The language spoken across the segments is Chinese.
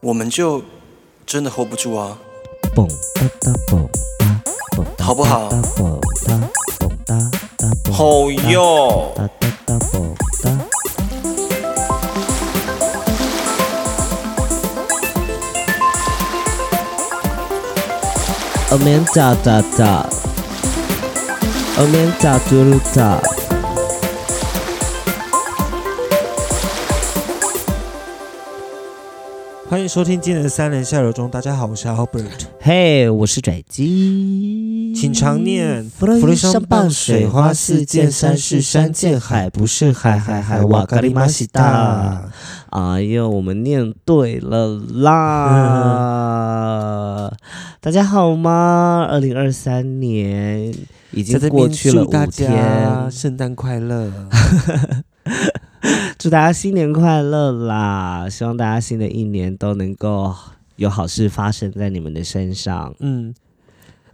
我们就真的 hold 不住啊。蹦哒哒蹦哒蹦哒好不好哒蹦哒蹦哒哒蹦好哟，哒哒哒蹦哒。阿面炸炸炸，阿面炸猪肉炸。欢迎收听今天的三连下流中，大家好，我是 Albert。嘿，我是拽鸡，请常念弗洛伊山傍水，花似溅，山是山溅，海不是海，海海瓦嘎里马西达。，哎呦，我们念对了 啦！大家好吗？二零二三年已在经这过边去了祝五大家天，圣诞快乐。祝大家新年快乐啦！希望大家新的一年都能够有好事发生在你们的身上。嗯，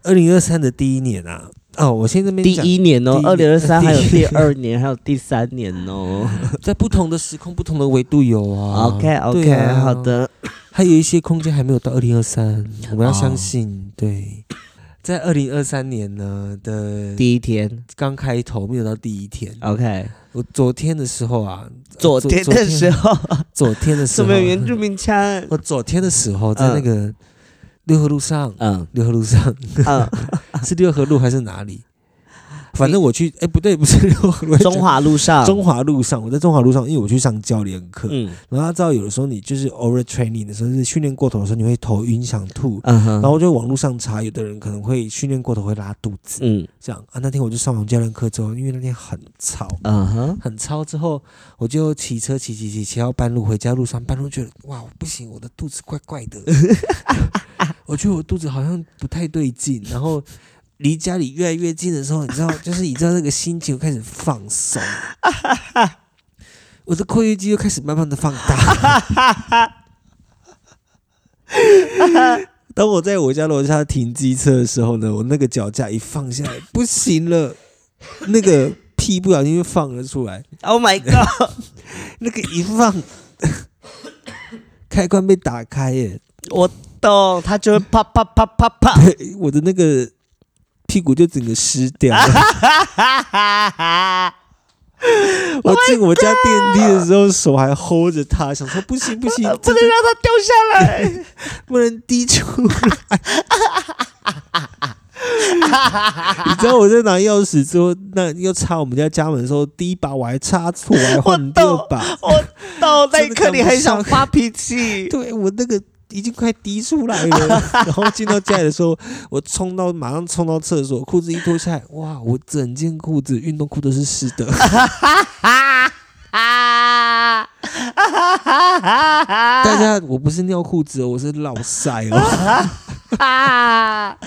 二零二三的第一年啊，哦，我先这边第讲，一年哦，第一二零二三第一还有第二年，还有第三年 哦。在不同的时空、不同的维度有啊。 OK 对 OK，、啊好，的。还有一些空间还没有到二零二三，我们要哦相信。对，在二零二三年呢的第一天刚开头，没有到第一天。 OK，我昨天的时候啊，呃昨天的时候 昨天的时什候么，原住民腔？我昨天的时候在那个六合路上，嗯六合路 上嗯，是六合路还是哪里？反正我去，哎，不对，不是六合路，中华路 上，中华路上，我在中华路上，因为我去上教练课，嗯然后他知道有的时候你就是 over training 的时候，就是训练过头的时候，你会头晕想吐。嗯哼，然后我就网络上查，有的人可能会训练过头会拉肚子，嗯这样啊。那天我就上完教练课之后，因为那天很吵，嗯哼，很超之后，我就骑车骑骑骑骑到半路回家路上，半路觉得哇不行，我的肚子怪怪的，我觉得我肚子好像不太对劲，然后离家里越来越近的时候，你知道， 就是你知道那个心情开始放松，我的括约肌又开始慢慢的放大。当我在我家楼下停机车的时候呢，我那个脚架一放下来，不行了，那个屁不小心就放了出来。 Oh my god！那个一放， 开关被打开耶， 我懂，他就会啪啪啪啪啪，我的那个屁股就整个湿掉了。 我进我家电梯的时候，手还 hold 着它，想说不行不 行，不能让它掉下来。不能滴出来。 你知道我在拿钥匙之后，那要插我们家家门的时候，第一把我还插错，我还换第二把。我懂，那一刻真的赶不你还想上发脾 气。 对我那个已经快滴出来了，然后进到家里的时候，我冲到马上冲到厕所，裤子一脱下来，哇，我整件裤子运动裤都是湿的，啊！大大家我不是尿裤子哦，我是落晒哦，啊！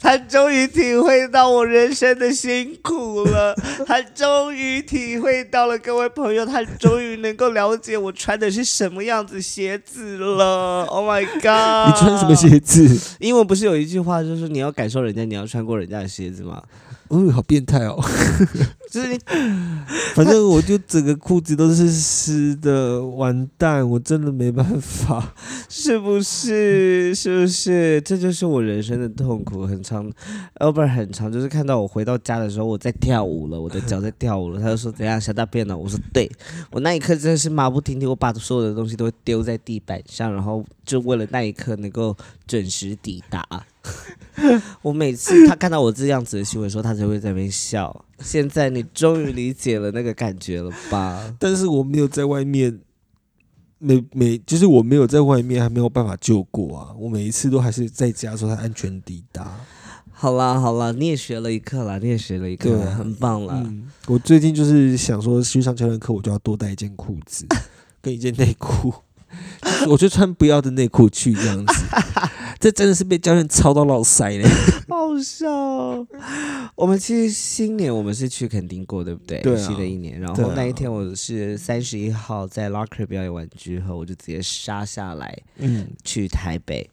他终于体会到我人生的辛苦了， 他终于体会到了各位朋友，他终于能够了解我穿的是什么样子鞋子了。Oh my god！你穿什么？鞋子？英文不是有一句话，就是你要感受人家，你要穿过人家的鞋子吗？嗯，好变态哦，就是你反正我就整个裤子都是湿的，完蛋，我真的没办法。是不是？ 是不是？这就是我人生的痛苦，很长，Albert 很长，就是看到我回到家的时候，我在跳舞了，我的脚在跳舞了，他就说怎样小大便了，我说对， 我那一刻真的是马不停蹄，我把所有的东西都会丢在地板上，然后就为了那一刻能够准时抵达。 我每次他看到我这样子的行为的时候，他就会在那边笑。现在你终于理解了那个感觉了吧？ 但是我没有在外面，没没，就是我没有在外面，还没有办法救过啊。我每一次都还是在家的时候才安全抵达。好啦好啦，你也学了一课啦，你也学了一课对啦，啊很棒啦。嗯，我最近就是想说，去上教练课，我就要多带一件裤 子跟一件内裤，就是我就穿不要的内裤去这 样子。这真的是被教练操到落腮嘞！好笑哦、我们其实新年我们是去垦丁过，对不对？对啊新的一年。然对后啊那一天我是三十一号在 Locker 表演完之后，我就直接杀下来嗯，去台北，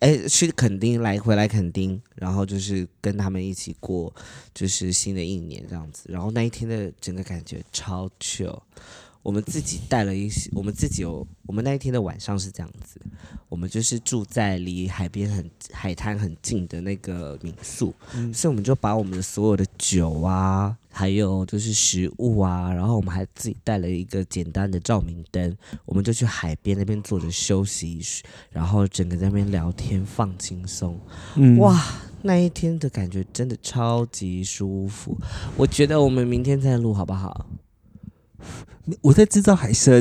哎，去垦丁来回来垦丁，然后就是跟他们一起过就是新的一年这样子。然后那一天的整个感觉超 chill。我们自己带了一些，我们自己有，我们那一天的晚上是这样子，我们就是住在离海边很海滩很近的那个民宿，嗯所以我们就把我们的所有的酒啊，还有就是食物啊，然后我们还自己带了一个简单的照明灯，我们就去海边那边坐着休息，然后整个在那边聊天放轻松，嗯哇，那一天的感觉真的超级舒服，我觉得我们明天再录好 不好？我在制造海参，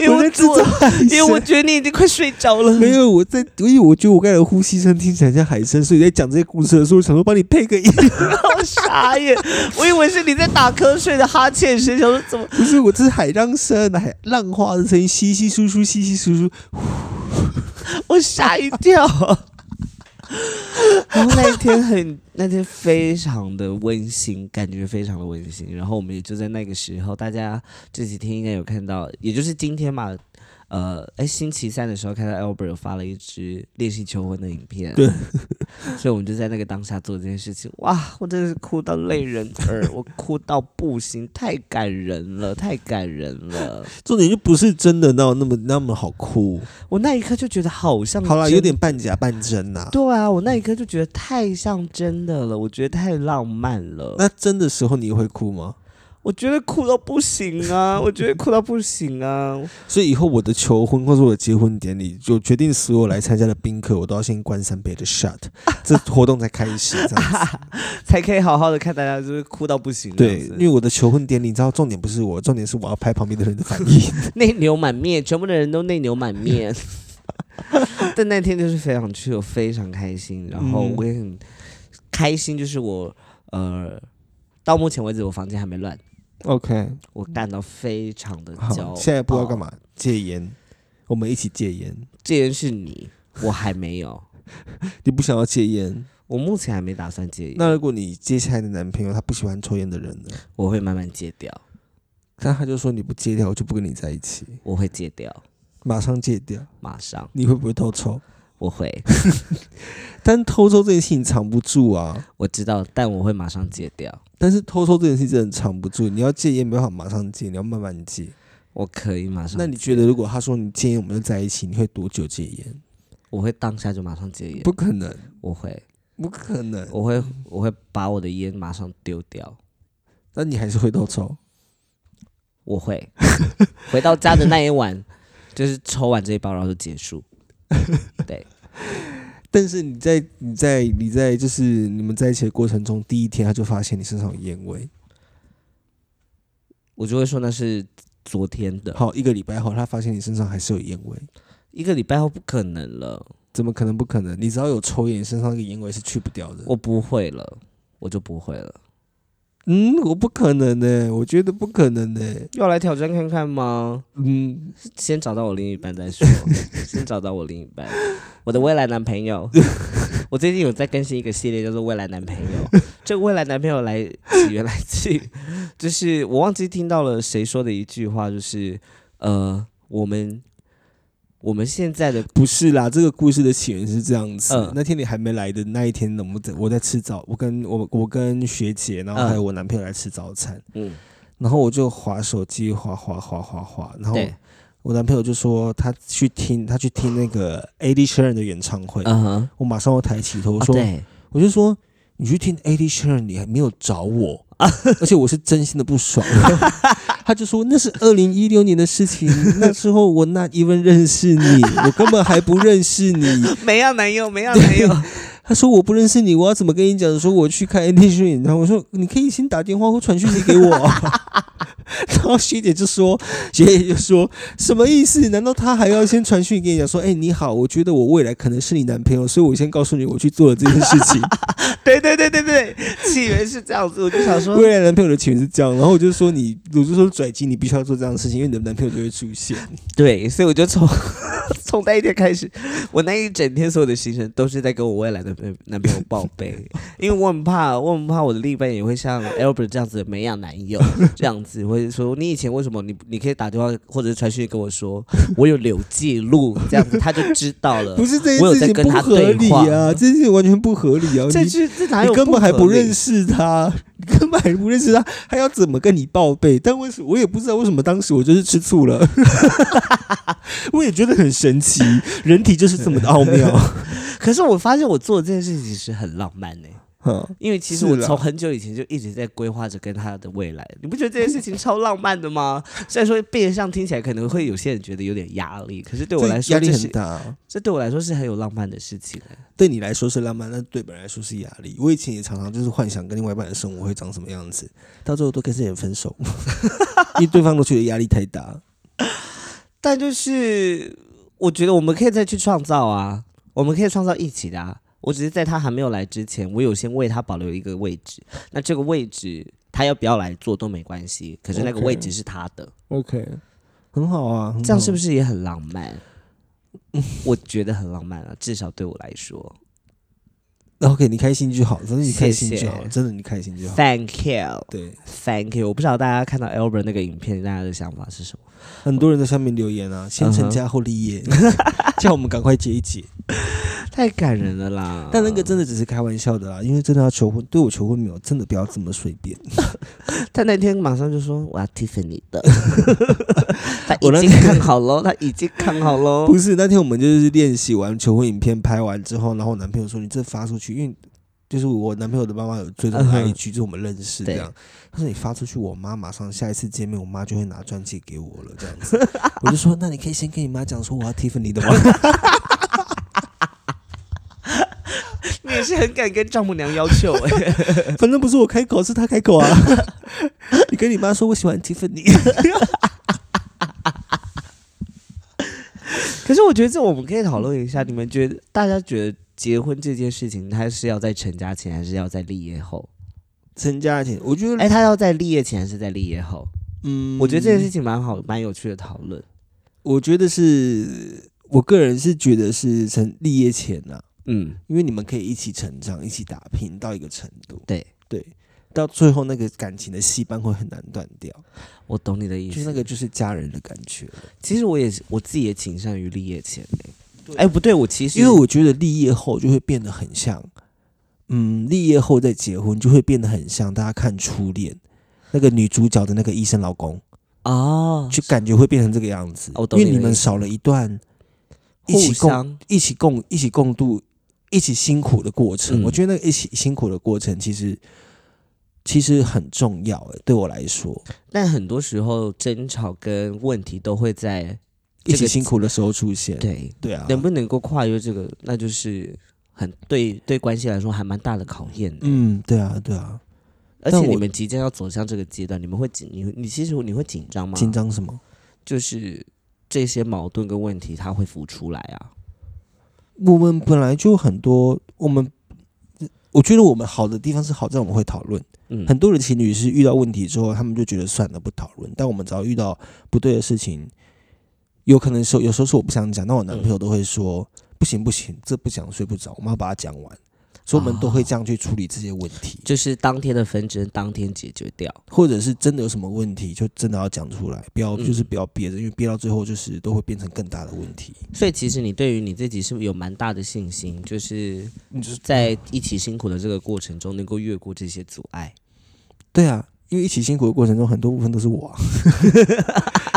因为我在我制造海参，因为我觉得你已经快睡着了。没有我在，因为我觉得我刚才的呼吸声听起来像海参，所以在讲这些故事的时候，我想说帮你配 个音。好傻眼，我以为是你在打瞌睡的哈欠声，想说怎么？不是，我这是海浪声，海浪花的声音，稀稀疏疏，稀稀疏疏。 我吓一跳。然后那一天很，那天非常的温馨，感觉非常的温馨。然后我们也就在那个时候，大家这几天应该有看到，也就是今天嘛，呃，哎，星期三的时候看到 Albert 有发了一支练习求婚的影 片，对，所以我们就在那个当下做这件事情。哇，我真的是哭到泪人儿，我哭到不行，太感人了，太感人了。重点就不是真的那那么那么好哭， 我那一刻就觉得好像好啦，真有点半假半真呐、对啊，我那一刻就觉得太像真的了，我觉得太浪漫了，那真的时候你会哭吗？我觉得哭到不行 啊，我觉得哭到不行啊。所以以后我的求婚或者我的结婚典礼，就决定所有来参加的宾客，我都要先灌三杯的 shot，这活动才开始。这样 子，才可以好好的看大家就是哭到不行这样对，子。因为我的求婚典礼，你知道重点不是我，重点是我要拍旁边的人的反应。 内牛满面，全部的人都内牛满面。但那天就是非常去，我非常开心，然后嗯我也很开心，就是我呃，到目前为止我房间还没乱， OK，我感到非常的好，骄傲。下一步要干？嘛？戒烟，我们一起戒烟。这件事你，我还没有，你不想要戒烟，我目前还没打算戒烟。那如果你接下来的男朋友他不喜欢抽烟的人呢？我会慢慢戒掉，那他就说你不戒掉，我就不跟你在一起，我会戒掉，马上戒掉。马上你会不会偷抽？我会，但偷抽这件事情藏不住啊。我知道，但我会马上戒掉，但是偷抽这件事情真的藏不住，你要戒烟没办法马上戒，你要慢慢戒。我可以马上。那你觉得如果他说你戒烟，我们就在一起，你会多久戒烟？我会当下就马上戒烟？不可能，我会，不可能。我会，我会把我的烟马上丢掉。那你还是会偷抽？我会回到家的那一晚， 就是抽完这一包，然后就结束。对，但是你在你在你在就是你们在一起的过程中，第一天他就发现你身上有烟味。我就会说那是昨天的，好，一个礼拜后他发现你身上还是有烟味，一个礼拜后不可能了，怎么可能？不可能！你只要有抽烟，身上那个烟味是去不掉的。我不会了，我就不会了。嗯，我不可能呢、欸我觉得不可能呢、要来挑战看看吗？嗯，先找到我另一半 再说，先找到我另一半，我的未来男朋 友。我最近有在更新一个系列，叫做《未来男朋友》。这个未来男朋友来起源来自于， 就是我忘记听到了谁说的一句话，就是呃，我们我们现在的不是啦，这个故事的起源是这样子。嗯那天你还没来的那一天呢，我们在我在吃早，我跟我我跟学姐，然后还有我男朋友来吃早餐，嗯，然后我就划手机，划划划划划，然后对，我男朋友就说他去听他去听那个 AD Sheeran 的演唱会，嗯哼，我马上要抬起头我啊说，对，我就说你去听 AD Sheeran，你还没有找我，而且我是真心的不爽。 他就说那是二零一六年的事情， 那时候我那一问认识你，我根本还不认识你。 没要男友，没要男友，他说我不认识你，我要怎么跟你讲？说我去看 AD Sheeran 演唱会，我说你可以先打电话或传讯息给我 啊。然后学姐就说，学姐就说什么意思？难道他还要先传讯给你讲说，哎、你好，我觉得我未来可能是你男朋友，所以我先告诉你我去做了这件事情。 对对对对对，起源是这样子，我就想说，未来男朋友的起源是这样，然后我就说你，我就说拽机，你必须要做这样的事情，因为你的男朋友就会出现。嗯对，所以我就 从从那一天开始，我那一整天所有的行程都是在跟我未来的男男朋友报备，因为我很怕，我很怕我的另一半也会像 Albert 这样子没养男友，这样子会说你以前为什么你你可以打电话或者是传讯息跟我说，我有留记录，这样子他就知道了不。是这我有件事在情跟不他合对理话啊，这件事情完全不合理啊！这你句这哪有你根本还合不理认识他，你根根本还不认识他，他要怎么跟你报备？但为什我也不知道为什么当时我就是吃醋 了，我也觉得很神奇，人体就是这么的奥妙。 可是我发现我做这件事情其实很浪漫呢、欸嗯因为其实是我啦从很久以前就一直在规划着跟他的未来，你不觉得这件事情超浪漫的吗？ 虽然说变相听起来可能会有些人觉得有点压力，可是对我这来说压力这很是大，这对我来说是很有浪漫的事情、欸。对你来说是浪漫，但对本人来说是压力。我以前也常常就是幻想跟另外一半的生活会长什么样子，到最后都跟这些人分手， 因为对方都觉得压力太大。但就是我觉得我们可以再去创造啊，我们可以创造一起的、啊。我只是在他还没有来之前，我有先为他保留一个位置，那这个位置他要不要来做都没关系，可是那个 OK 位置是他的 OK，很好啊，这样是不是？是也很浪漫？ 我觉得很浪漫啊，至少对我来说。 OK，你开心就好，真的你开心就好，谢谢真的你开心就好。 Thank you, 对， Thank you。我不知道大家看到 Albert 那个影片，大家的想法是什么？很多人在上面留言啊，先成家后立业， 叫我们赶快结一结。太感人了 啦！但那个真的只是开玩笑的啦，因为真的要求婚，对我求婚没有，真的不要这么随便。他那天马上就说我要 Tiffany 的，他我那已经看好喽，他已经看好喽。不是那天我们就是练习完求婚影片拍完之后，然后我男朋友说你这发出去，因为就是我男朋友的妈妈有追踪嗯他哼 IG，、就是我们认识这对样。他说你发出去，我妈马上下一次见面，我妈就会拿钻戒给我了这样子。我就说那你可以先跟你妈讲说我要 Tiffany 的吗？你也是很敢跟丈母娘要求哎、 反正不是我开口，是她开口啊。 你跟你妈说我喜欢 Tiffany。 可是我觉得这我们可以讨论一下，你们觉得大家觉得结婚这件事情，他是要在成家前，还是要在立业后？成家前，我觉得，哎、他要在立业前，还是在立业后？嗯，我觉得这件事情蛮好，蛮有趣的讨论。我觉得是我个人是觉得是成立业前啊，嗯，因为你们可以一起成长，一起打拼到一个程度。对对，到最后那个感情的戏班会很难断掉，我懂你的意就思。是那个就是家人的感觉了。其实我也是，我自己也倾向于立业前哎、哎不对，我其实因为我觉得立业后就会变得很像，嗯，立业后再结婚就会变得很像大家看初恋。那个女主角的那个医生老公，哦，就感觉会变成这个样子，哦我懂因为你的你们意思少了一段一互起共相一起共一起共度一起辛苦的过程。嗯我觉得那个一起辛苦的过程其实其实很重要，诶，对我来说，但很多时候争吵跟问题都会在这一个起辛苦的时候出现。对对啊，能不能够跨越这个，那就是很对对关系来说还蛮大的考验的。嗯，对啊，对啊，而但且我你们即将要走向这个阶段，你们会紧你你其实你会紧张吗？紧，张什么？就是这些矛盾跟问题它会浮出来啊。我们本来就很多，我们我觉得我们好的地方是好在我们会讨论。嗯，很多的情侣是遇到问题之后，他们就觉得算了，不讨论。但我们只要遇到不对的事情，有可能是有时候是我不想讲，那我男朋友都会说、不行不行，这不讲睡不着，我们要把它讲完。所以我们都会这样去处理这些问题，就是当天的纷争当天解决掉。或者是真的有什么问题，就真的要讲出来，不要嗯就是不要憋着，因为憋到最后就是都会变成更大的问题。所以其实你对于你自己是有蛮大的信心，就是你就是在一起辛苦的这个过程中能够越过这些阻碍。对啊，因为一起辛苦的过程中，很多部分都是我、啊，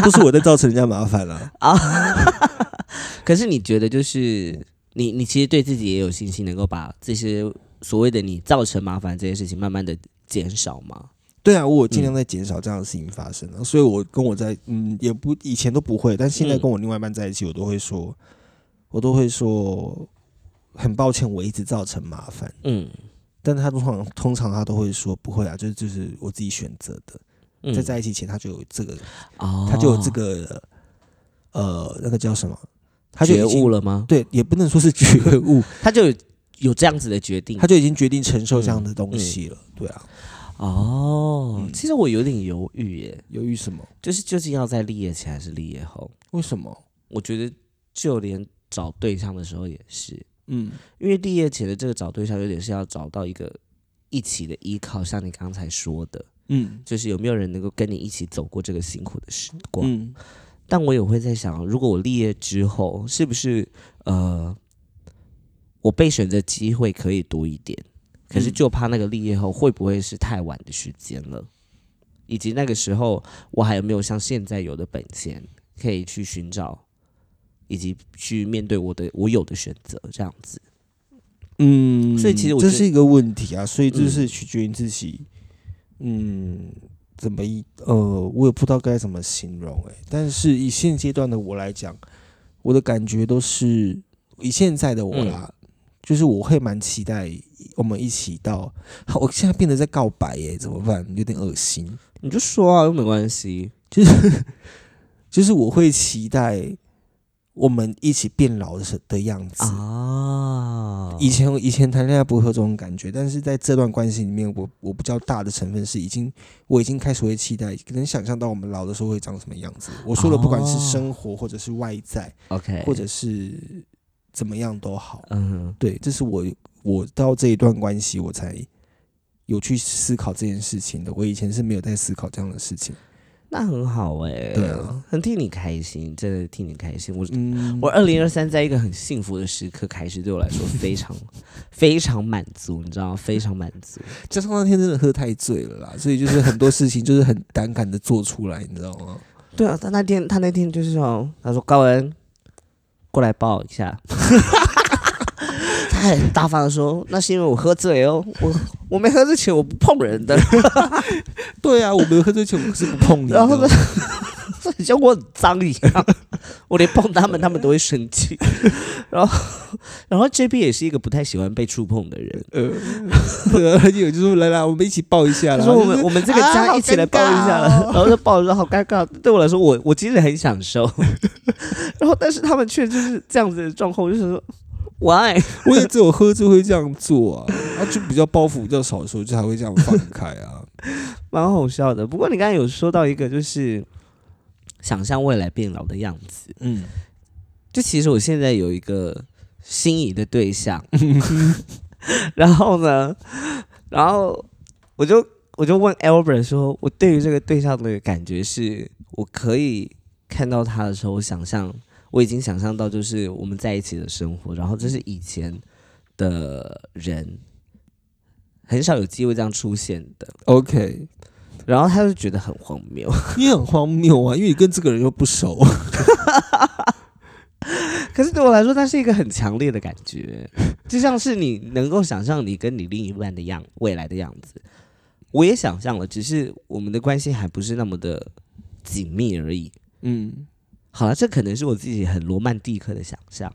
都是我在造成人家麻烦啊了、可是你觉得，就是你，你其实对自己也有信心，能够把这些所谓的你造成麻烦这些事情，慢慢的减少吗？对啊，我有嗯尽量在减少这样的事情发生、啊所以我跟我在嗯也不以前都不会，但现在嗯跟我另外一半在一起，我都会说，我都会说，很抱歉我一直造成麻烦，嗯但他通常通常他都会说不会啊，就是就是我自己选择的，嗯在在一起前他就有这个，哦，他就有这个呃那个叫什么，他就觉已经悟了嗯吗？对，也不能说是觉 悟，他就有有这样子的决定他。就已经决定承受这嗯样的东西了，对啊，哦，嗯其实我有点犹豫耶，犹豫什么？就是究竟要在立业前还是立业后？为什么？我觉得就连找对象的时候也是，嗯，因为立业前的这个找对象有点是要找到一个一起的依靠，像你刚才说的，嗯就是有没有人能够跟你一起走过这个辛苦的时光。嗯，但我也会在想，如果我立业之后，是不是呃，我被选择机会可以多一点？可是嗯就怕那个立业后会不会是太晚的时间了，以及那个时候我还有没有像现在有的本钱可以去寻找，以及去面对我的我有的选择这样子。嗯所以其实我这觉得是一个问题啊，所以就是取决于自己，嗯，怎么一呃，我也不知道该怎么形容哎、但是以现阶段的我来讲，我的感觉都是以现在的我啦，就是我会蛮期待我们一起到， 好，我现在变得在告白耶、怎么办？有点恶心，你就说啊，又没关系。 就是我会期待我们一起变老的时的样子啊以前以前谈恋爱不会有这种感觉，但是在这段关系里面，我我比较大的成分是已经我已经开始会期待，能想象到我们老的时候会长什么样子。我说的不管是哦生活或者是外在， OK，或者是怎么样都好，嗯哼，对，这是我我到呃这一段关系我才有去思考这件事情的。我以前是没有在思考这样的事情。那很好哎、对啊，很替你开心，真的替你开心。我嗯，我二零二三在一个很幸福的时刻开始，对我来说非 常非常满足，你知道吗？非常满 足。加上那天真的喝太醉了啦，所以就是很多事情就是很胆敢的做出来，你知道吗？对啊，他那天他那天就是说，他说高恩过来抱一 下，他很大方的说，那是因为我喝醉哦，我我没喝醉前我不碰人的，对啊，我没有喝醉前我可是不 碰你的。然后呢，这很像我很脏一样，我连碰他们，他们都会生 气。然后，然后 JP 也是一个不太喜欢被触碰的人，呃，对啊很有就是来来，我们一起抱一下他啦。说我们就是我们这个啊家好一起来尴抱一下了，尬哦 然后就抱着好尴尬。对我来说，我我其实很享受， 然后但是他们却就是这样子的状况，我就想说 why？我也只有喝醉会这样做啊，啊就比较包袱比较少的时候就才会这样放开啊。蛮好笑的。不过你刚才有说到一个就是想象未来变老的样子， 嗯，就其实我现在有一个心仪的对象， 然后呢，然后我就我就问 Albert 说，我对于这个对象的感觉是，我可以看到他的时候，我想象我已经想象到就是我们在一起的生活，然后这是以前的人很少有机会这样出现的， OK，然后他就觉得很荒谬。你很荒谬啊，因为你跟这个人又不熟。可是对我来说，它是一个很强烈的感觉，就像是你能够想象你跟你另一半的样未来的样子，我也想象了，只是我们的关系还不是那么的紧密而已。嗯，好了，这可能是我自己很罗曼蒂克的想象，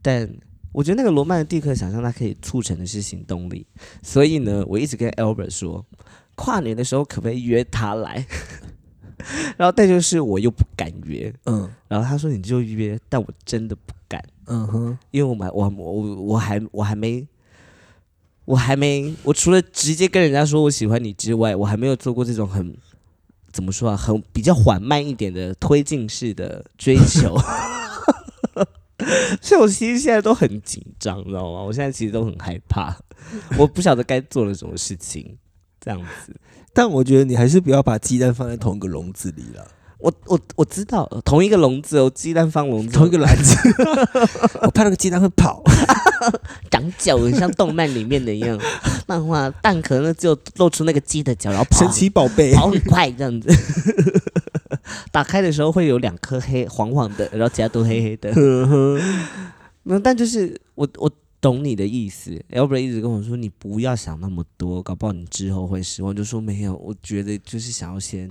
但我觉得那个罗曼蒂克想象，它可以促成的是行动力。所以呢，我一直跟 Albert 说，跨年的时候可不可以约他来？ 然后但就是我又不敢约，嗯然后他说你就约，但我真的不敢。嗯哼，因为我们我我我我还我还没，我还没，我除了直接跟人家说我喜欢你之外，我还没有做过这种很怎么说啊，很比较缓慢一点的推进式的追 求。所以，我其实现在都很紧张，你知道吗？我现在其实都很害怕，我不晓得该做了什么事情，这样子。但我觉得你还是不要把鸡蛋放在同一个笼子里了，我我我知道，同一个笼子哦，鸡蛋放笼子，同一个篮 子。我怕那个鸡蛋会嗯跑。长脚，很像动漫里面的一样， 漫画蛋壳呢只有露出那个鸡的脚，然后跑神奇宝 贝，跑很快这样子。打开的时候会有两颗黑黄黄的，然后其他都黑黑 的。嗯那但就是我我懂你的意思，Albert 一直跟我说你不要想那么多，搞不好你之后会失望。就说没有，我觉得就是想要先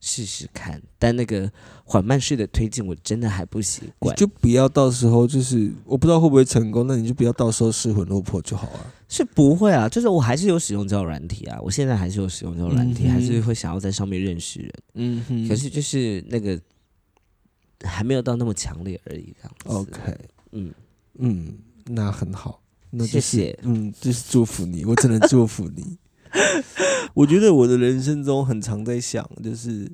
试试看，但那个缓慢式的推进我真的还不习你惯。就不要到时候就是我不知道会不会成功，那你就不要到时候失魂落魄就好啊。是不会啊，就是我还是有使用这种软体啊，我现在还是有使用这种软嗯体，哼还是会想要在上面认识人，嗯哼可是就是那个还没有到那么强烈而已，这样子。 OK，嗯嗯，那很好，那就是、谢谢嗯，就是祝福你，我只能祝福 你。我觉得我的人生中很常在想，就是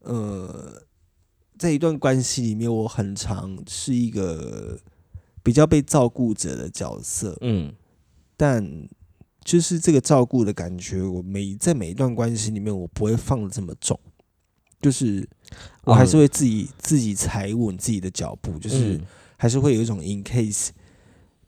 呃，在一段关系里面，我很常是一个比较被照顾者的角色，嗯但就是这个照顾的感觉，我每在每一段关系里面，我不会放的这么重，就是我还是会自己、自己踩稳自己的脚步，就是。嗯还是会有一种 in case，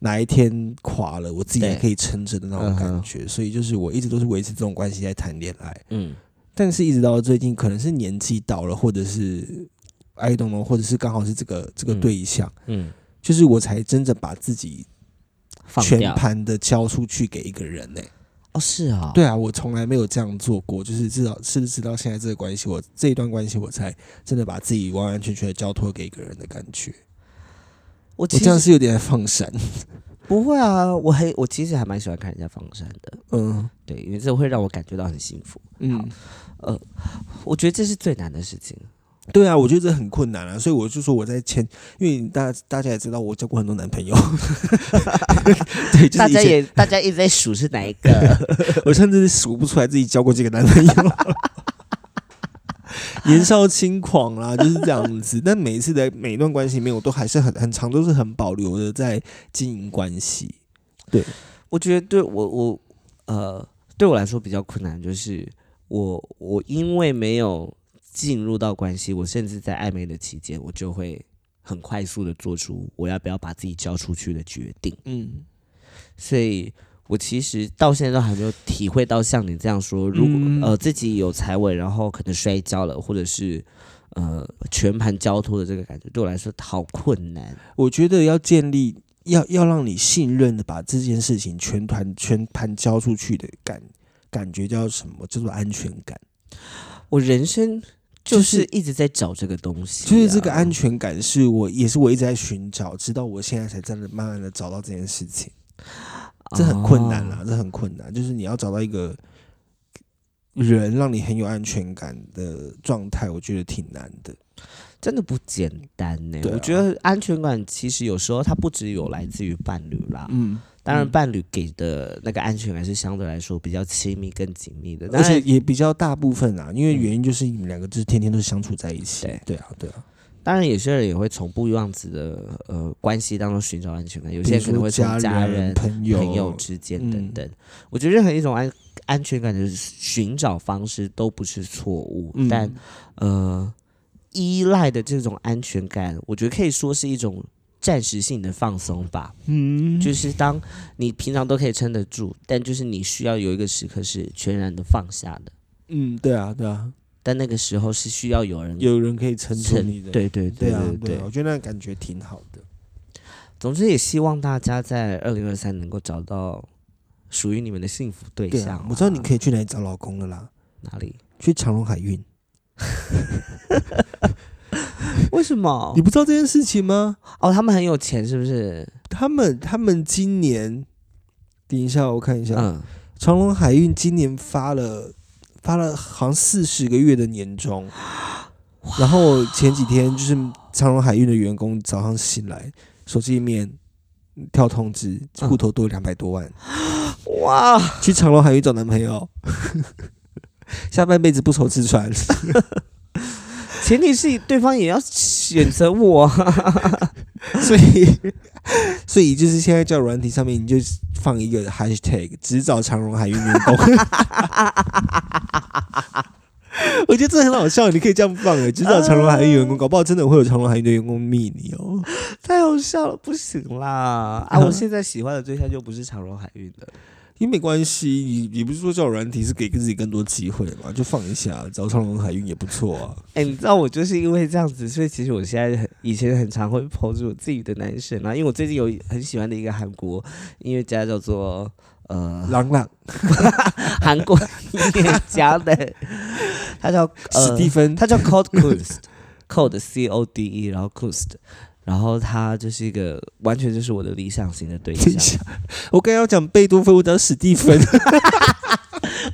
哪一天垮了，我自己对还可以撑着的那种感觉。所以就是我一直都是维持这种关系在谈恋爱，嗯，但是一直到最近，可能是年纪到了，或者是 I don't know，或者是刚好是这个这个嗯对象，嗯，就是我才真正把自己放全掉盘的交出去给一个人呢、哦，是啊、对啊，我从来没有这样做过，就是至少是直到现在这个关系，我这一段关系，我才真的把自己完完全全的交托给一个人的感觉。我我其这样实是有点在放闪，不会啊，我还我其实还蛮喜欢看人家放山的，嗯对，因为这会让我感觉到很幸福。嗯，我觉得这是最难的事情。对啊，我觉得这很困难啊，所以我就说我在前，因为大大家也知道我交过很多男朋友， 对，就是大以家前也大家一直在数是哪一个，我甚至数不出来自己交过几个男朋友。 年少轻狂啦，就是这样子。但每一次的每一段关系里面，我都还是很很长，都是很保留的在经营关系。我觉得对我我呃对我来说比较困难，就是我我因为没有进入到关系，我甚至在暧昧的期间，我就会很快速的做出我要不要把自己交出去的决定。嗯，所以我其实到现在都还没有体会到像你这样说，如果、嗯呃自己有踩稳，然后可能摔跤了，或者是呃全盘交托的这个感觉，对我来说好困难。我觉得要建立，要要让你信任的把这件事情全团全盘交出去的感感觉叫什么？叫做安全感。我人生就就是是一直在找这个东西啊、就是这个安全感，是我也是我一直在寻找，直到我现在才真的慢慢的找到这件事情。这很困难啦哦，这很困难，就是你要找到一个人让你很有安全感的状态，我觉得挺难的。真的不简单呢、对啊我觉得安全感其实有时候它不只有来自于伴侣啦，嗯，当然嗯伴侣给的那个安全感是相对来说比较亲密、更紧密的，而且但也比较大部分啊，因为嗯原因就是你们两个就是天天都是相处在一起对。对啊，对啊，当然，有些人也会从不一样子的呃关系当中寻找安全感，有有些人可能会从家人、朋友、朋友之间等嗯等。我觉得任何一种安安全感的寻找方式都不是错误，嗯但呃，依赖的这种安全感，我觉得可以说是一种暂时性的放松吧。嗯，就是当你平常都可以撑得住，但就是你需要有一个时刻是全然的放下的，嗯，对啊，对啊，但那个时候是需要有人有人可以撑住撑你的。对对对对啊，对对啊，我觉得那感觉挺好的。总之也希望大家在二零二三能够找到属于你们的幸福对对象、啊，我知道你以可以去哪里找老公了啦，哪里？去长隆海运。为什么你？不知道这件事情吗？哦，他们很有钱是不是？他们他们今年，等一下我看一下，嗯，长隆海运今年发了发了好像四十个月的年终，然后前几天就是长隆海运的员工早上醒来，手机里面跳通知，嗯户头多两百多万，哇，去长隆海运找男朋友， 下半辈子不愁吃穿。前提是对方也要选择我。 所以，所以就是现在叫软体上面，你就放一个 hashtag，只找长荣海运员工。 我觉得这很好笑，你可以这样放哎，只找长荣海运嗯员工，搞不好真的会有长荣海运的员工密你哦。 太好笑了，不行啦！ 啊，嗯我现在喜欢的对象就不是长荣海运的，也没关系，你你不是说叫软体是给自己更多机会嘛？就放一下，找长荣海运也不错啊。哎、你知道我就是因为这样子，所以其实我现在很以前很常会抛出我自己的男神啊，因为我最近有很喜欢的一个韩国音乐家叫做呃朗朗、韩国音乐 家的，他叫、呃、史蒂芬，他叫 Code Kunst，Code C O D E，然后 Kunst，然后他就是一个完全就是我的理想型的对等一象。啊下，我刚刚要讲贝多芬，我讲史蒂芬。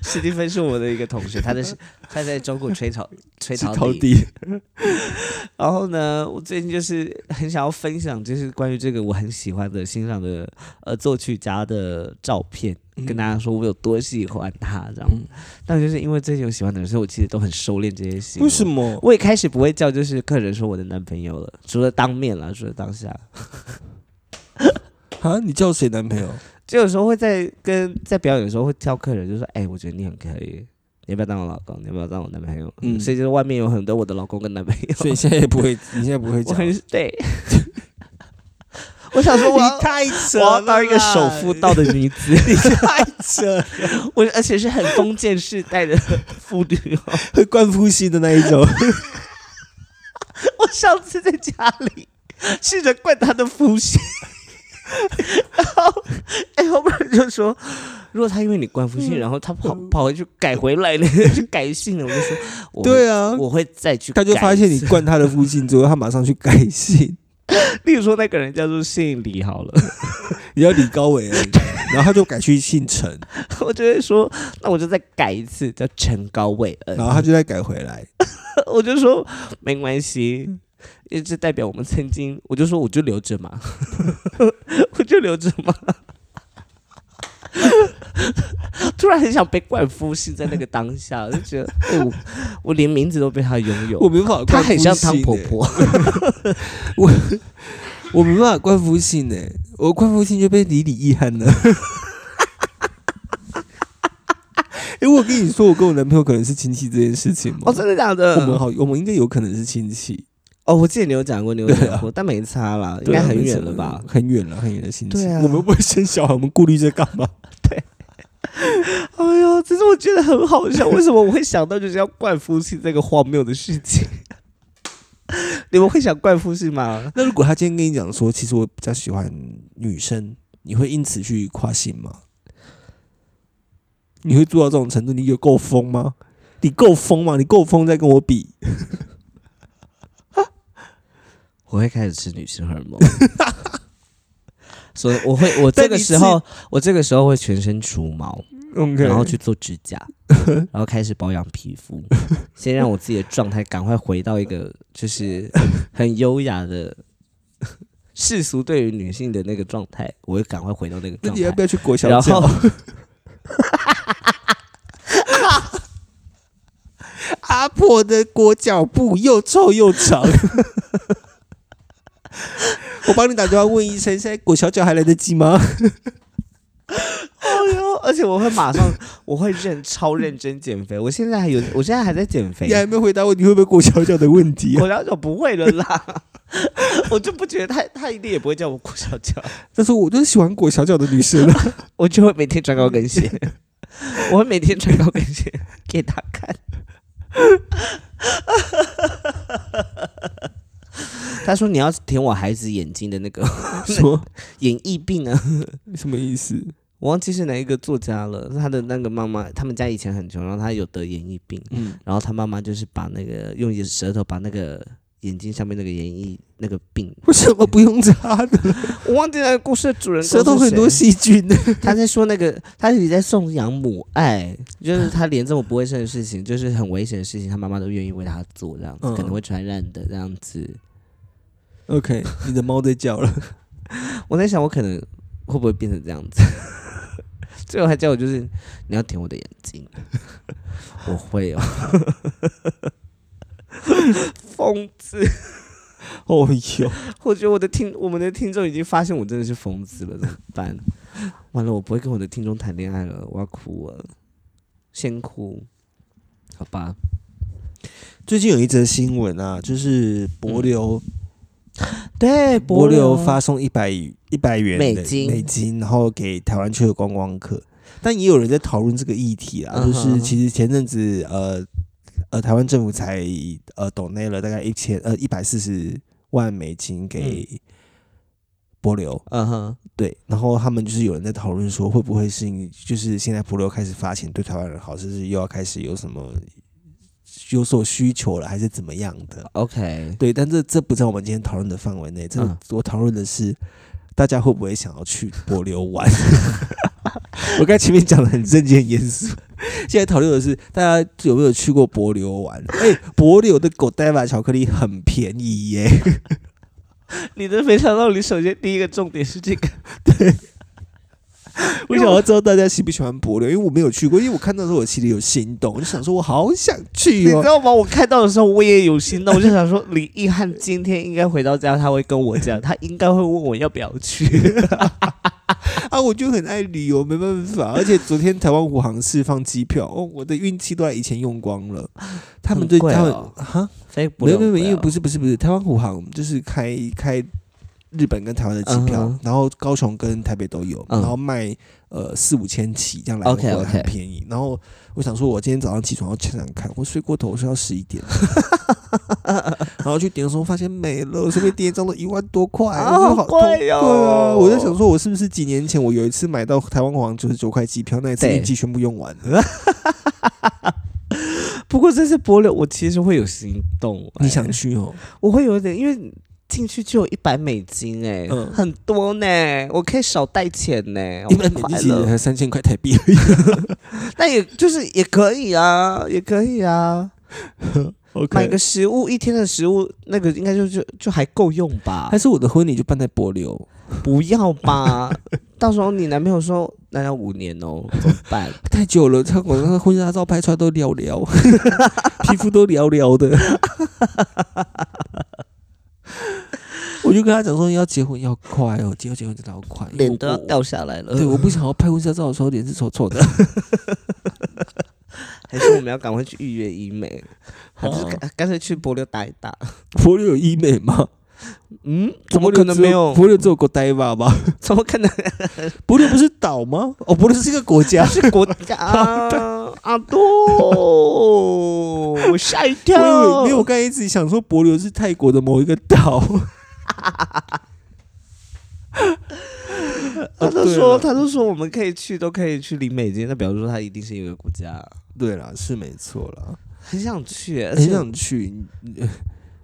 史蒂芬是我的一个同学，他在他在中国吹 草吹是陶陶笛。笛，然后呢，我最近就是 很想要分享，就是关于这个我很喜欢的欣赏的呃作曲家的照片，嗯跟大家说我有多喜欢他这样。但就是因为最近有喜欢的人，所以我其实都很收敛这些行为。为什么？我一开始不会叫，就是客人说我的男朋友了，除了当面啦，除了当下，啊，你叫谁男朋友？就有时候会在跟在表演的时候会挑客人，就说：“哎、我觉得你很可以，你要不要当我老公？你要不要当我男朋友？”嗯所以就是外面有很多我的老公跟男朋 友，所以现在也不会，你现在不会我讲。很对。 我想说我要你太扯了啦，我要当一个守妇道的女子， 你太扯了， 我而且是很封建世 代的妇女哦。会灌呼吸的那一种。我上次在家里试着灌他的腹吸， 然后哎，后面就说，如果他因为你灌腹嗯吸，然后他跑跑回去改回来呢， 就改性了，我就说，我会对啊，我会再去他改一次。就发现你灌他的夫性之后，他马上去改 姓，例如说那个人叫做姓李好了，你要李高伟而已， 然后他就改去姓陈， 我就会说，那我就再改一次叫陈高伟恩然，后他就再改回来。 我就说没关系，因为这代表我们曾经，我就说我就留着嘛， 我就留着嘛。 突然很想被灌夫性，在那个当下，我就觉得，哎、我我连名字都被他拥我有，没办法灌他夫姓、欸很像汤婆，婆。我没办法灌夫姓呢、我灌夫姓就被李李易汉了。 哎、我跟你说，我跟我男朋友可能是亲戚这件事情吗？ 哦，真的假的？我们好，我们应该有可能是亲戚，哦，我记得你有讲过，你有对讲啊过，但没差啦，应对啊该很远了吧？？很远了，很远的亲戚。对啊我们不会生小孩，我们顾虑这干嘛？哎呦，只是我觉得很好笑，为什么我会想到就是要灌夫性这个荒谬的事情？ 你们会想灌夫性吗？那如果他今天跟你讲说，其实我比较喜欢女生，你会因此去跨性吗？你会做到这种程度？你有够疯吗？你够疯吗？你够疯再跟我比？我会开始吃女性荷尔蒙，所以我会我这但个你时候我这个时候会全身除毛， OK，然后去做指 甲，然后开始保养皮肤，先让我自己的状态赶快回到一个就是很优雅的世俗对于女性的那个状态，我会赶快回到那个那状你要不态。要去国小然教后？ 阿婆的裹脚布又臭又长。 我帮你打电话问医生，现在裹小脚还来得及 吗？哎呦，而且我会马上， 我会认超认真减肥。我现在还 有，我现在还在减肥你。还没回答我，你会不会裹小脚的问题、啊？郭小脚不会了啦， 我就不觉得他他一定也不会叫我郭小脚，但是我就是喜欢裹小脚的女生 啊。 我就会每天穿高跟 鞋，我会每天穿高跟鞋 给他看。 他说：“你要舔我孩子眼睛的那个 什么眼翳病啊，什么意思？我忘记是哪一个作家了。他的那个妈妈，他们家以前很穷，然后他有得眼翳病，嗯，然后他妈妈就是把那个用舌头把那个眼睛上面那个眼翳那个病为什么不用擦的？我忘记那个故事的主人公舌头是很谁多细菌的。他在说那个，他自己在颂扬母爱，就是他连这么不卫生的事情，就是很危险的事情，他妈妈都愿意为他做，这样子、嗯可能会传染的这样子。 OK，你的猫在叫了。我在想，我可能会不会变成这样子？ 最后还叫我就是你要舔我的眼睛， 我会哦，疯 子！哦哟，我觉得我的听我们的听众已经发现我真的是疯子了，怎么办？完了，我不会跟我的听众谈恋爱了，我要哭了，先哭，好吧？ 最近有一则新闻啊，就是博流对，嗯博流发送一百一百元的美金美金，然后给台湾区的观光客。但也有人在讨论这个议题啊，嗯哼就是其实前阵子呃呃，台湾政府才呃抖内了大概一千呃一百四十万美金给博流，嗯哼，对，然后他们就是有人在讨论说，会不会是因就是现在普流开始发钱对台湾人好，甚至又要开始有什么有所需求了，还是怎么样的？ ，OK，对，但这这不在我们今天讨论的范围内。这个嗯我讨论的是，大家会不会想要去柏流玩？我刚才前面讲的很正经很严肃，现在讨论的是大家有没有去过柏流玩？哎、柏流的狗代法巧克力很便宜耶、你真没想到，你首先第一个重点是这个，我想要知道大家喜不喜欢柏流，因为我没有去过，因为我看到的时候我心里有心动，我就想说我好想你去知哦。道吗？我看到的时候我也有心动，我就想说，李易汉今天应该回到家，他会跟我讲，他应该会问我要不要 去。啊，我就很爱旅游，没办法。而且昨天台湾虎航释放机票，哦，我的运气都在以前用光了。他们对、很贵他们哦啊哈，所以没有没有，因为不是是不是不是，台湾虎航就是开开日本跟台湾的机票，嗯哼然后高雄跟台北都有，嗯然后卖呃四五千起，这样来回 OK，OK 很便宜。然后我想说，我今天早上起床要想想看，我睡过头，我睡到十一 点，然后去点的时候发现没了，随便点一张都一万多块，啊我觉得好痛贵对哦啊，我在想说，我是不是几年前我有一次买到台湾黄九十九块机票，那一次对运气全部用完了？不过这次柏柳，我其实会有心动、你哎想去哦？我会有点，因为进去就有一百美金哎、嗯很多呢、我可以少带钱呢、一般我美金很快其实乐。才三千块台币而已。但也就是也可以啊，也可以啊。 买 OK，个食物一天的食物，那个应该就就就还够用吧还？是我的婚礼就办在柏流。不要吧， 到时候你男朋友说那要五年 哦，怎么办？太久了，他广告婚纱照拍出来都寥寥， 皮肤都寥寥的。我就跟他讲说，要结婚要快哦，结婚结婚真的要快，因为脸都要呃我。掉下来了。对，我不想要拍婚纱照的时候脸是丑丑的。还是我们要赶快去预约医 美，还是好干干脆去柏流打一打？柏柳有医美吗？嗯，怎么可能没有？柏柳只有国呆吧吧？ 怎么可能？柏柳不是岛吗？哦，柏柳是一个国家。是国家啊 阿杜，我吓一我以跳。为，因为我刚才一直想说柏柳是泰国的某一个岛。 他哦都对说，了他都说我们可以去，都可以去离美金。那表示说他一定是一个国家，对啦，是没错啦，很想去，而很且想去，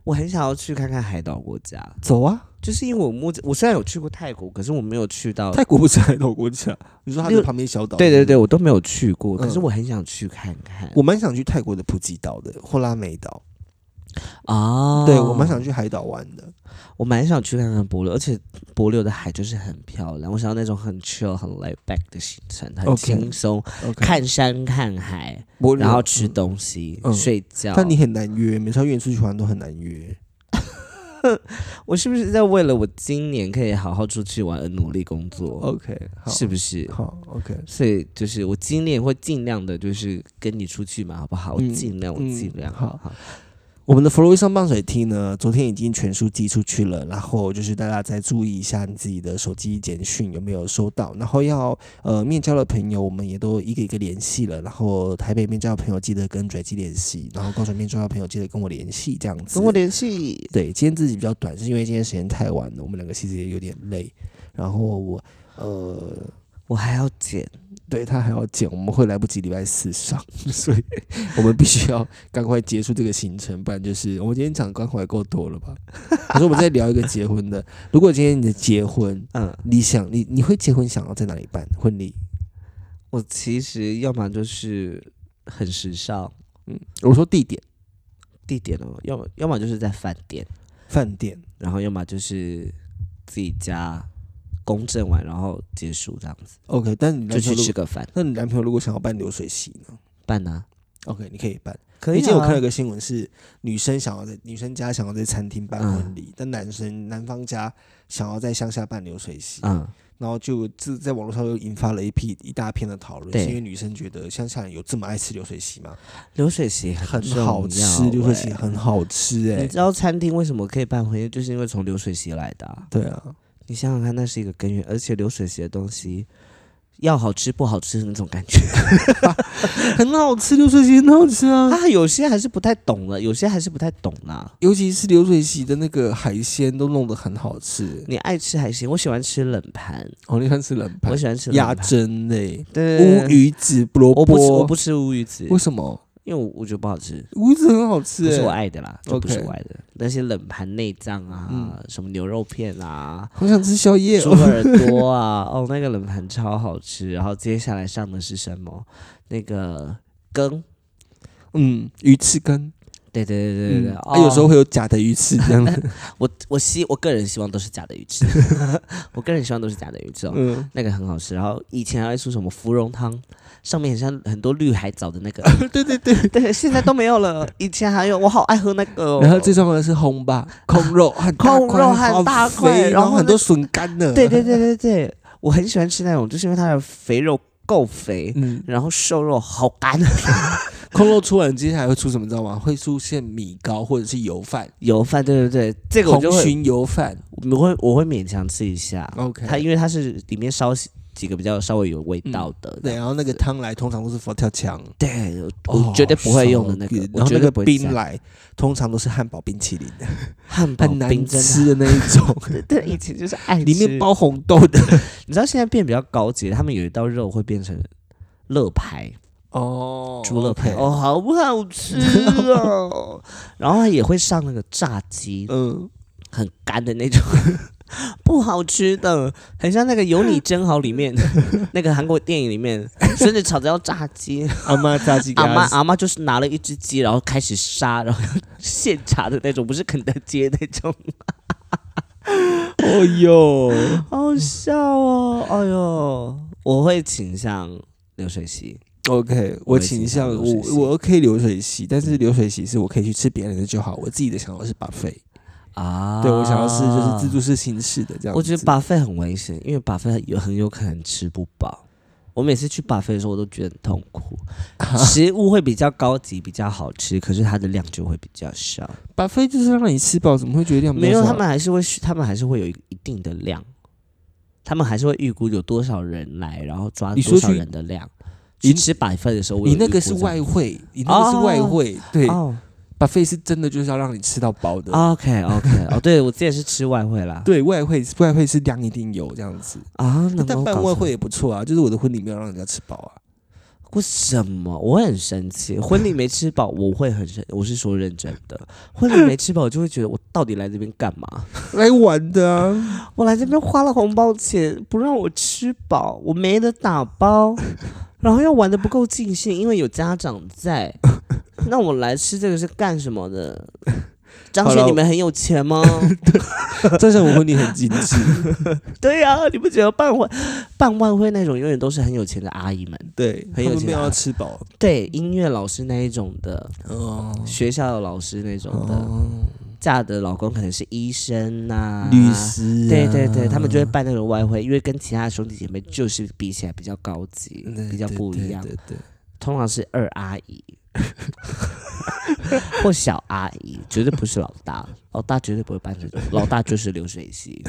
我很想要去看看海岛国家，走啊！就是因为我目前我虽然有去过泰国，可是我没有去到。泰国不是海岛国家，你说它六是旁边小岛？对是对不是对，，我都没有去过，可是嗯我很想去看看我蛮想去泰国的普吉岛的或拉美岛，啊！对我蛮想去海岛玩的。我蛮想去看看帛琉，而且帛琉的海就是很漂亮，我想要那种很 chill、很 laid back 的行程，很 OK 轻松看山看海，我然后吃，东西、嗯睡觉。但你很难约，每次要约你出去玩都很难约。我是不是在为了我今年可以好好出去玩而努力工作？ OK，好，哦是不是？好，OK，所以就是我今年会尽量的，就是跟你出去嘛，好不好？我嗯尽量，我嗯尽量。好好，我们的弗洛伊上棒水梯呢，昨天已经全数寄出去了，然后就是大家再注意一下你自己的手机简讯有没有收到，然后要呃面交的朋友，我们也都一个一个联系了，然后台北面交的朋友记得跟拽基联系，然后高雄面交的朋友记得跟我联系，这样子。跟我联系。对，今天自己比较短，是因为今天时间太晚了，我们两个其实也有点累。然后我呃，我还要剪，对他还要剪，我们会来不及礼拜四上， 所以我们必须要赶快结束这个行程，不然就是我们今天讲关怀够多 了吧？可是我们再聊一个结婚的，如果今天你的结婚，嗯，你想你你会结婚想要在哪里办婚礼？我其实要么就是很时尚我说地点，地点哦，要么要么就是在饭店，饭店。然后要么就是自己家公证完然后结束这样子， OK，但你就男朋去友如吃果个饭，那你男朋友如果想要办流水席呢办啊， ？OK，你可以办。可以以、啊前我看到一个新闻是，女生想要在女生家想要在餐厅办婚礼，但男生男方家想要在乡下办流水席，嗯，然后就这在网络上又引发了一批一大片的讨论，对是因为女生觉得乡下人有这么爱吃流水席吗？流水席很重好要吃，流水席欸很好吃哎、你知道餐厅为什么可以办婚宴，就是因为从流水席来的啊、对啊，你想想看，那是一个根源，而且流水席的东西要好吃不好吃的那种感觉， 很好吃，流水席很好吃啊，啊，有些还是不太懂了，有些还是不太懂啦、尤其是流水席的那个海鲜都弄得很好吃。你爱吃海鲜，我喜欢吃冷盘，哦，你看吃冷我盘、喜欢吃冷鸭盘胗嘞、对乌，鱼子、萝卜，我不吃我不吃乌鱼子，为什么？因为我我觉得不好吃，乌鱼子很好吃、不欸，是我爱的啦，就不是 OK 我爱的。那些冷盘内脏啊，嗯什么牛肉片啊，好想吃宵夜、猪哦。耳朵啊， 哦，那个冷盘超好吃。然后接下来上的是什么？那个羹，嗯，鱼翅羹，对对对对对。嗯哦啊，有时候会有假的鱼翅这样 子。我我希我个人希望都是假的 鱼翅， 我个人希望都是假的鱼翅哦。嗯，那个很好吃，然后以前还会出什么芙蓉汤，上面很像很多绿海藻的那个， 对对对。 对，现在都没有了。以前还有，我好爱喝那个、哦。 然后最重要的是烘 吧，空肉很大空肉很好大块肥然然后后很多笋干呢。对对对对对，我很喜欢吃那种，就是因为它的肥肉够肥，嗯，然后瘦肉好 干，空肉出完，接下来会出什么？你知道吗？会出现米糕或者是油饭，油饭，对对对，这个我红就会鲟油饭。我会我会勉强吃一下。 OK 它因为它是里面烧几个比较稍微有味道的，嗯对，然后那个汤来通常都是佛跳墙，对，我哦我绝对不会用的那个 so，good，我然后绝那哦对个不会冰加来通常都是汉堡冰淇淋，汉堡很难哦冰真吃的那一 种，的， 对，以前就是爱里面吃包红豆的。你知道现在变比较高级，他们有一道肉会变成乐排， 哦猪乐排，哦，好不好吃 哦？然后它也会上那个炸鸡，嗯，很干的那种， 不好吃的，很像那个《有你真好》里 面那个韩国电影里面，甚至吵着要炸 鸡，阿妈炸鸡给阿啊妈他，阿妈就是拿了一只鸡，然后开始杀，然后现炸的那种，不是肯德基的那种，哦哟， 好好笑哦，哎呦，我会倾向流水席， OK，我我也倾倾向向流水我席我 OK 流水席，但是流水席是我可以去吃别人的就好，我自己的想要是 buffet，、啊对我想要是就是自助式形式的这样子。我觉得 buffet 很危险，因为 buffet 有很有可能吃不饱。我每次去 buffet 的时候，我都觉得很痛 苦。食物会比较高级，比较好吃，可是它的量就会比较少。 buffet 就是让你吃饱，怎么会觉得量比较没有，少他们还是会，他们还是会有一定的量，他们还是会预估有多少人来，然后抓你说多去少人的量。你去吃 buffet 的时候，我有你那个预估是这样外汇，你那个是外汇，对、哦 b u f f e t 是真的就是要让你吃到饱的。 ，OK OK，哦，对我之前是吃外汇啦。对外汇，外汇是量一定有这样子，啊，那但我办搞外错汇也不错啊。就是我的婚礼没有让人家吃饱啊，为什么？我会很生气。婚礼没吃饱，我会很生。我是说认真的，婚礼没吃饱，我就会觉得我到底来这边干嘛？来玩的 啊。我来这边花了红包钱，不让我吃饱，我没得打包， 然后又玩的不够尽兴，因为有家长在。 那我来吃这个是干什么的？张好学，了你们很有钱 吗？这是我婚礼很精致， 对呀、你不觉得办婚办晚会那种永远都是很有钱的阿姨们？对，很有他们钱没有啊要吃饱。对，音乐老师那一种的，哦，学校老师那种的。嗯嫁的老公可能是医生呐、律、师、啊啊对对对，他们就会办那种外汇，因为跟其他的兄弟姐妹就是比起来比较高级，比较不一样对。对通常是二阿姨 或小阿姨，绝对不是老大，老大绝对不会办这种，老大就是流水席，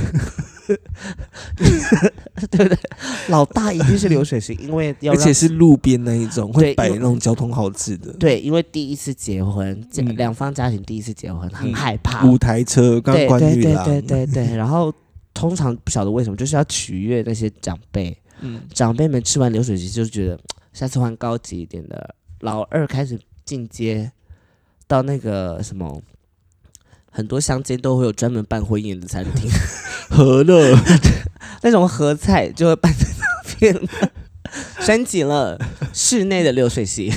对不对？老大一定是流水席，因为要而让且是路边那一种，会对摆因为那种交通号志的，对，因为第一次结婚，家嗯两方家庭第一次结婚，很嗯害怕，五台车钢对管对女对郎，对对对，然后通常不晓得为什么，就是要取悦那些长辈，嗯，长辈们吃完流水席就觉得下次换高级一点的，老二开始进阶到那个什么。很多乡间都会有专门办婚宴的餐厅， 和乐那种合菜就会办在那边，升级了室内的流水席，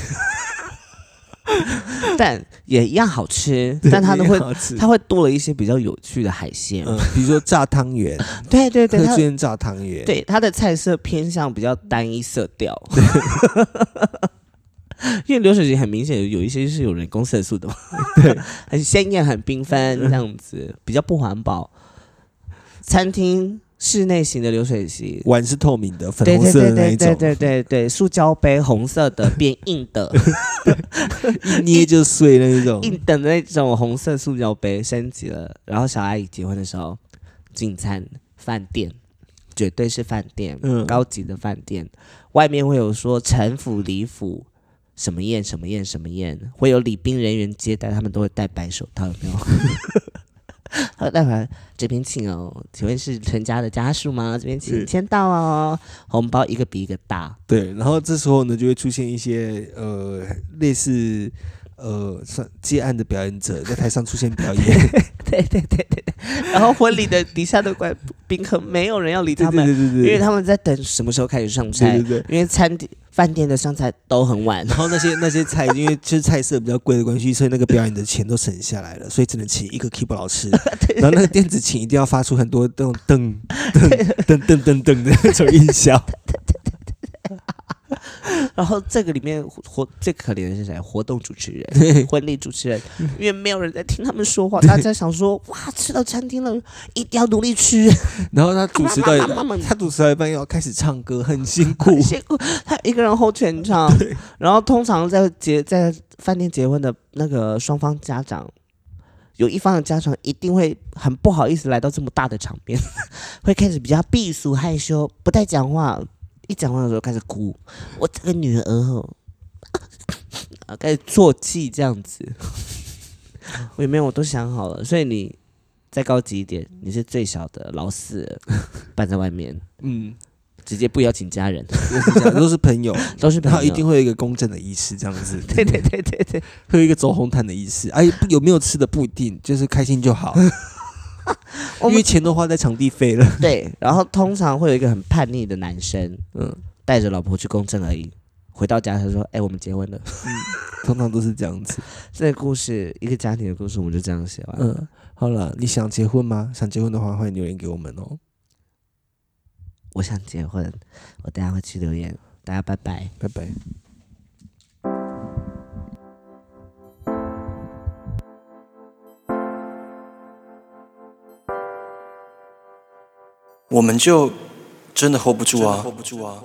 但也一样好吃，但它都会它他会多了一些比较有趣的海鲜， 嗯，比如说炸汤圆，对 对对，客它间炸汤圆，，对它的菜色偏向比较单一色调。因为流水席很明显有一些是有人工色素的嘛，对，很鲜艳、很缤纷这样子，比较不环保。餐厅室内型的流水席，碗是透明的，粉对红对色对的那一对对种，对对对，塑胶杯红色的变硬的，一捏就碎那一种，硬的那种红色塑胶杯升级了，然后小阿姨结婚的时候进餐饭店，绝对是饭店，嗯高级的饭店，外面会有说陈府礼府什么宴什么宴什么宴，会有礼宾人员接待，他们都会戴白手套，有没有？ 他会戴白这边请哦，请问是陈家的家属吗？这边请嗯签到哦，红包一个比一个大， 对，然后这时候呢就会出现一些呃类似。呃，算接案的表演者在台上出现表演，对对对对对，然后婚礼的底下的官宾客没有人要理对他对们，对对对，因为他们在等什么时候开始上菜，对对对因为餐厅饭店的上菜都很晚。然后那些那些菜，因为就是菜色比较贵的关系，所以那个表演的钱都省下来了，所以只能请一个 keyboard 老 师。然后那个电子琴一定要发出很多那种噔噔噔噔噔噔的那种音 效。然后这个里面活最可怜的是谁？活动主持人、婚礼主持人，因为没有人在听他们说话，大家想说哇，吃到餐厅了，一定要努力吃。然后他主持到一慢慢慢慢。他主持到一半要开始唱歌， 很辛苦辛苦他一个人 hold 全场。然后通常在结在饭店结婚的那个双方家长有一方的家长一定会很不好意思来到这么大的场面， 会开始比较避俗害羞，不太讲话，一讲话的时候开始哭。我这个女儿吼， 啊开始啜泣这样子。 我也没有，我都想好了，所以你再高级一点，你是最小的老四 了，办在外面，嗯，直接不邀请家人，就是这样，都是朋友，都是朋然后友一定会有一个公正的仪式，这样子， 对对对对对，会有一个走红毯的仪式。哎，不有没有吃的不一定，就是开心就好， 我因们为钱都花在场地费了。对，然后通常会有一个很叛逆的男生，嗯，带着老婆去公证而已。回到家，他说：“哎、我们结婚了。 通常都是这样子。”这个故事，一个家庭的故事，我们就这样写完了。嗯，好了，你想结婚吗？想结婚的话，欢迎留言给我们哦。我想结婚，我等一下会去留言，大家拜拜。拜拜。我们就真的 hold 不住啊，hold 不住啊。